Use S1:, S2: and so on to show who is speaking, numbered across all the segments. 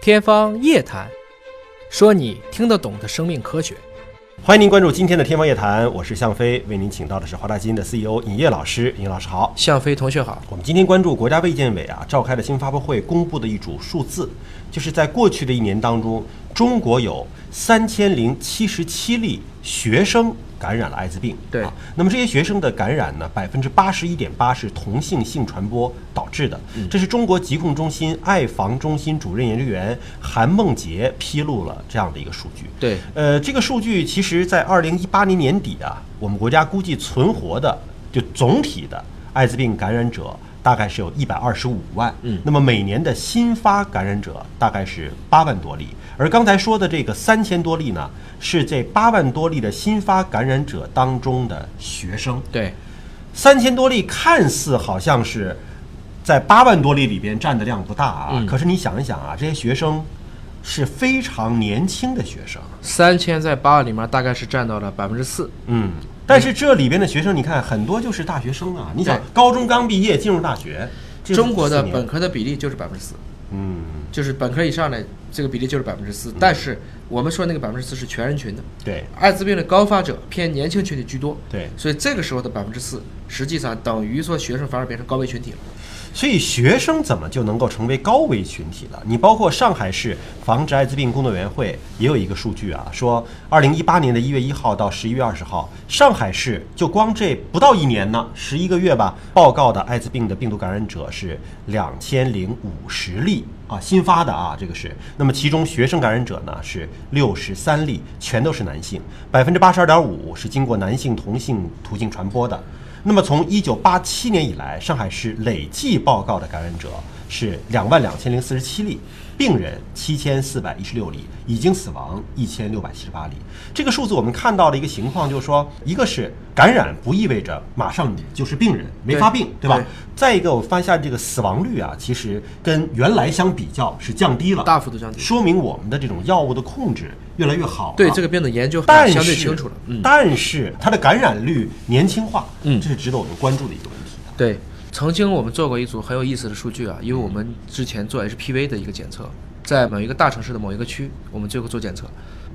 S1: 天方夜谭，说你听得懂的生命科学。
S2: 欢迎您关注今天的《天方夜谭》，我是向飞，为您请到的是华大基因的 CEO 尹烨老师。尹老师好，
S1: 向飞同学好，
S2: 我们今天关注国家卫健委啊召开的新发布会公布的一组数字，就是在过去的一年当中，中国有三千零七十七例学生感染了艾滋病。
S1: 对
S2: 啊，那么这些学生的感染呢，百分之八十一点八是同性性传播导致的。
S1: 嗯
S2: 这是中国疾控中心爱防中心主任研究员韩梦洁披露了这样的一个数据。
S1: 对
S2: 呃，这个数据其实在二零一八年年底啊，我们国家估计存活的就总体的艾滋病感染者大概是有一百二十五万，
S1: 嗯
S2: 那么每年的新发感染者大概是八万多例，而刚才说的这个三千多例呢，是这八万多例的新发感染者当中的学生，
S1: 对
S2: 三千多例看似好像是在八万多例里边占的量不大啊，
S1: 嗯
S2: 可是你想一想啊，这些学生是非常年轻的学生。
S1: 三千在八万里面大概是占到了百分之四。
S2: 嗯，但是这里边的学生，你看很多就是大学生啊。你想
S1: 对，
S2: 高中刚毕业进入大学，这
S1: 中国的
S2: 四年
S1: 本科的比例就是百分之四，
S2: 嗯，
S1: 就是本科以上的这个比例就是百分之四。但是我们说那个百分之四是全人群的，
S2: 对
S1: 艾滋病的高发者偏年轻群体居多。
S2: 对
S1: 所以这个时候的百分之四，实际上等于说学生反而变成高危群体了。
S2: 所以学生怎么就能够成为高危群体了？你包括上海市防治艾滋病工作委员会也有一个数据啊，说二零一八年的一月一号到十一月二十号，上海市就光这不到一年呢，十一个月吧，报告的艾滋病的病毒感染者是两千零五十例啊，新发的啊，这个是。那么其中学生感染者呢是六十三例，全都是男性，百分之八十二点五是经过男性同性途径传播的。那么从一九八七年以来，上海市累计报告的感染者是两万两千零四十七例，病人七千四百一十六例，已经死亡一千六百七十八例。这个数字我们看到的一个情况就是说，一个是感染不意味着马上你就是病人，没
S1: 对
S2: 发病，对吧？
S1: 对
S2: 再一个，我发现这个死亡率啊，其实跟原来相比较是降低了，
S1: 大幅度降低
S2: 说明我们的这种药物的控制越来越好了。
S1: 对这个病的研究
S2: 但是
S1: 相对清楚了。嗯，
S2: 但是它的感染率年轻化，
S1: 嗯
S2: 这是值得我们关注的一个问题啊。
S1: 对，曾经我们做过一组很有意思的数据啊，因为我们之前做 HPV 的一个检测，在某一个大城市的某一个区，我们最后做检测，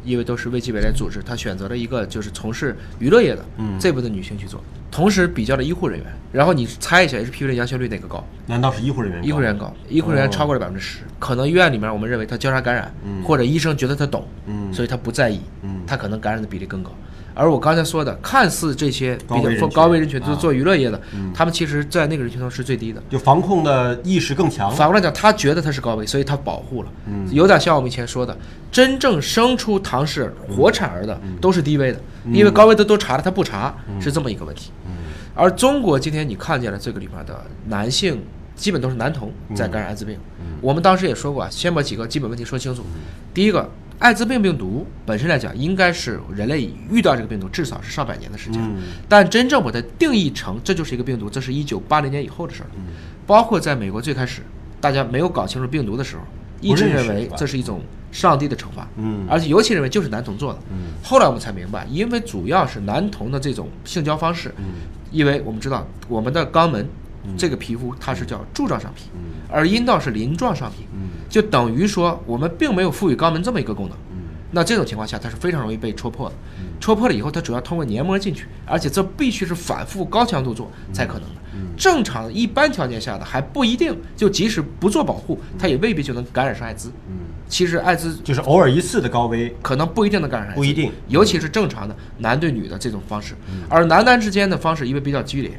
S1: 因为都是卫计委来组织，他选择了一个就是从事娱乐业的、
S2: 嗯
S1: 这部分女性去做，同时比较了医护人员，然后你猜一下 HPV 的阳性率哪个高？
S2: 难道是医护人员高？
S1: 医护人员高，医护人员超过了百分之十，
S2: 哦
S1: 可能医院里面我们认为他交叉感染，或者医生觉得他懂，
S2: 嗯
S1: 所以他不在意，
S2: 嗯
S1: 他可能感染的比例更高。而我刚才说的，看似这些比
S2: 高危人
S1: 较
S2: 群
S1: 高危人群，就是
S2: 啊
S1: 做娱乐业的，他们其实，在那个人群中是最低的。
S2: 就防控的意识更强。
S1: 反过来讲，他觉得他是高危，所以他保护了，
S2: 嗯
S1: 有点像我们以前说的，真正生出唐氏
S2: 嗯
S1: 活产儿的都是低危的，因为高危的都查了，他不查，
S2: 嗯
S1: 是这么一个问题。而中国今天你看见了这个里面的男性，基本都是男童
S2: 嗯
S1: 在感染艾滋病。我们当时也说过啊，先把几个基本问题说清楚。
S2: 嗯
S1: 第一个，艾滋病病毒本身来讲，应该是人类遇到这个病毒至少是上百年的时间，
S2: 嗯
S1: 但真正把它定义成这就是一个病毒，这是一九八零年以后的事儿了。
S2: 嗯
S1: 包括在美国最开始大家没有搞清楚病毒的时候，一直
S2: 不认识
S1: 认为
S2: 是吧
S1: 这是一种上帝的惩罚，
S2: 嗯
S1: 而且尤其认为就是男童做的。
S2: 嗯
S1: 后来我们才明白，因为主要是男童的这种性交方式，
S2: 嗯
S1: 因为我们知道我们的肛门、这个皮肤它是叫柱状上皮，
S2: 嗯
S1: 而阴道是鳞状上皮，就等于说我们并没有赋予肛门这么一个功能。那这种情况下，它是非常容易被戳破的。戳破了以后，它主要通过黏膜进去，而且这必须是反复高强度做才可能的。正常一般条件下的还不一定，就即使不做保护，它也未必就能感染上艾滋。
S2: 嗯，
S1: 其实艾滋
S2: 就是偶尔一次的高危。
S1: 可能不一定能感染，
S2: 不一定，嗯
S1: 尤其是正常的男对女的这种方式，而男男之间的方式因为比较激烈，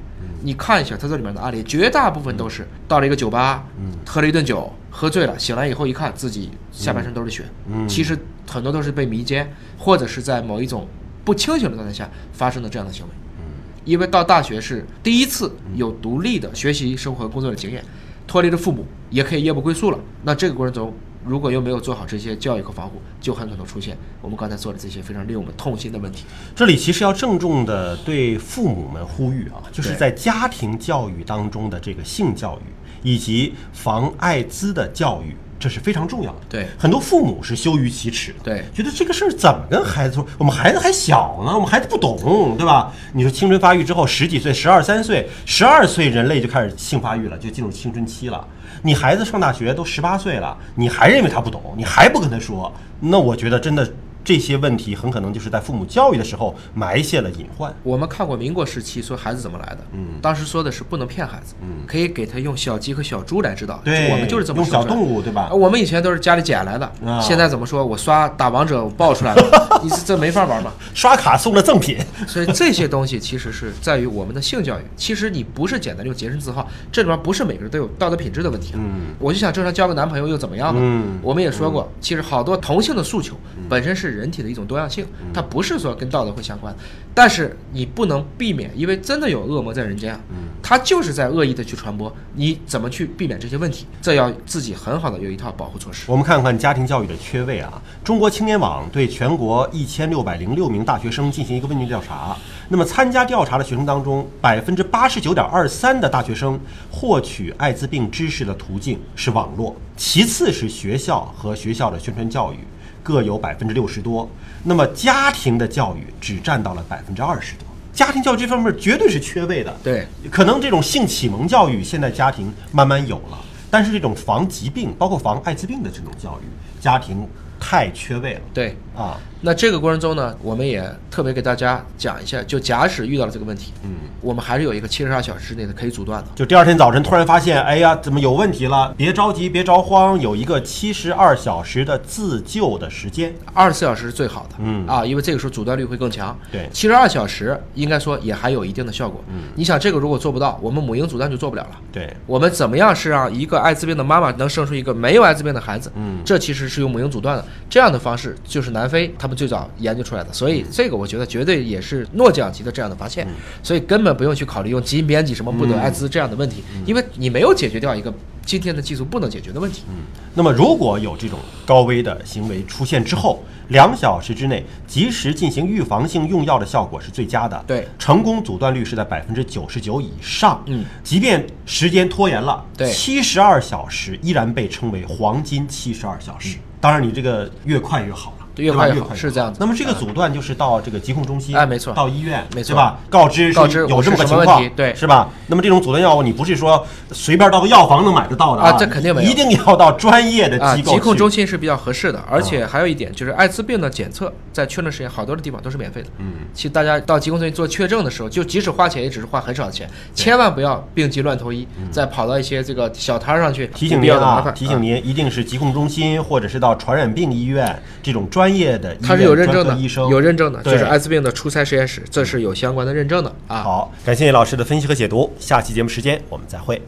S1: 你看一下它这里面的案例，绝大部分都
S2: 嗯
S1: 是到了一个酒吧，喝了一顿酒，喝醉了，醒来以后一看自己下半身都是血，
S2: 嗯
S1: 其实很多都是被迷奸或者是在某一种不清醒的状态下发生的这样的行为。因为到大学是第一次有独立的学习、生活和工作的经验，脱离了父母，也可以夜不归宿了。那这个过程中，如果又没有做好这些教育和防护，就很可能出现我们刚才做的这些非常令我们痛心的问题。
S2: 这里其实要郑重的对父母们呼吁啊，就是
S1: 对
S2: 在家庭教育当中的这个性教育以及防艾滋的教育，这是非常重要的。
S1: 对
S2: 很多父母是羞于启齿的，
S1: 对
S2: 觉得这个事儿怎么跟孩子说？我们孩子还小呢，我们孩子不懂，对吧？你说青春发育之后，十几岁、十二三岁、十二岁，人类就开始性发育了，就进入青春期了。你孩子上大学都十八岁了，你还认为他不懂，你还不跟他说，那我觉得真的这些问题很可能就是在父母教育的时候埋下了隐患。
S1: 我们看过民国时期说孩子怎么来的，嗯，当时说的是不能骗孩子，嗯，可以给他用小鸡和小猪来指导，
S2: 对，
S1: 我们就是这么
S2: 用
S1: 说出来
S2: 小动物，对吧
S1: 啊？我们以前都是家里捡来的，
S2: 啊
S1: 现在怎么说？我刷打王者我爆出来 了，你这这没法玩嘛。
S2: 刷卡送了赠品，
S1: 所以这些东西其实是在于我们的性教育。其实你不是简单用洁身自好，这里面不是每个人都有道德品质的问题。
S2: 嗯，
S1: 我就想正常交个男朋友又怎么样呢？
S2: 嗯
S1: 我们也说过，其实好多同性的诉求本身是人体的一种多样性，
S2: 嗯
S1: 它不是说跟道德会相关。但是你不能避免，因为真的有恶魔在人间啊，
S2: 嗯
S1: 他就是在恶意的去传播。你怎么去避免这些问题？这要自己很好的有一套保护措施。
S2: 我们看看家庭教育的缺位啊。中国青年网对全国一千六百零六名大学生进行一个问卷调查，那么参加调查的学生当中，百分之八十九点二三的大学生获取艾滋病知识的途径是网络，其次是学校和学校的宣传教育，各有百分之六十多。那么家庭的教育只占到了百分之二十多。家庭教育这方面绝对是缺位的，
S1: 对，
S2: 可能这种性启蒙教育现在家庭慢慢有了，但是这种防疾病，包括防艾滋病的这种教育，家庭太缺位了。
S1: 对，
S2: 啊，
S1: 那这个过程中呢，我们也特别给大家讲一下，就假使遇到了这个问题，嗯，我们还是有一个七十二小时内的可以阻断的。
S2: 就第二天早晨突然发现，哎呀，怎么有问题了？别着急，别着慌，有一个七十二小时的自救的时间。
S1: 二十四小时是最好的，
S2: 嗯
S1: 啊，因为这个时候阻断率会更强。
S2: 对
S1: 七十二小时应该说也还有一定的效果。嗯，你想这个如果做不到，我们母婴阻断就做不了了。
S2: 对，
S1: 我们怎么样是让一个艾滋病的妈妈能生出一个没有艾滋病的孩子？嗯，这其实是用母婴阻断的这样的方式，就是南非他们最早研究出来的，所以这个我觉得绝对也是诺奖级的这样的发现，所以根本不用去考虑用基因编辑什么不得艾滋这样的问题，因为你没有解决掉一个今天的技术不能解决的问题。
S2: 那么，如果有这种高危的行为出现之后，两小时之内及时进行预防性用药的效果是最佳的。
S1: 对
S2: 成功阻断率是在百分之九十九以上。
S1: 嗯，
S2: 即便时间拖延了，
S1: 对
S2: 七十二小时依然被称为黄金七十二小时。当然，你这个越快越好了，
S1: 嗯对越
S2: 对吧
S1: 快越
S2: 越
S1: 好是这样子
S2: 那么这个阻断就是到这个疾控中心，
S1: 哎没错
S2: 到医院，
S1: 没错
S2: 对吧？告知是
S1: 告知
S2: 有
S1: 我
S2: 这么
S1: 是
S2: 个
S1: 什
S2: 情
S1: 么
S2: 况
S1: 问题，对
S2: 是吧？那么这种阻断药物，你不是说随便到个药房能买得到的
S1: 啊这肯定没有
S2: 一定要到专业的
S1: 啊，
S2: 机构、啊
S1: 疾控中
S2: 心。
S1: 心是比较合适的，而且还有一点就是艾滋病的检测，在确诊实验好多的地方都是免费的。嗯，其实大家到疾控中心做确证的时候，就即使花钱也只是花很少的钱，千万不要病急乱投医，再跑到一些这个小摊儿上去
S2: 嗯提醒
S1: 不必
S2: 您
S1: 要的麻
S2: 啊
S1: 烦，。
S2: 提醒您，一定是疾控中心或者是到传染病医院这种专业的医院
S1: 它是有认证
S2: 专
S1: 的
S2: 科医生，
S1: 有认证的，
S2: 对
S1: 就是艾滋病的初筛实验室，这是有相关的认证的啊。
S2: 好，感谢老师的分析和解读，下期节目时间我们再会。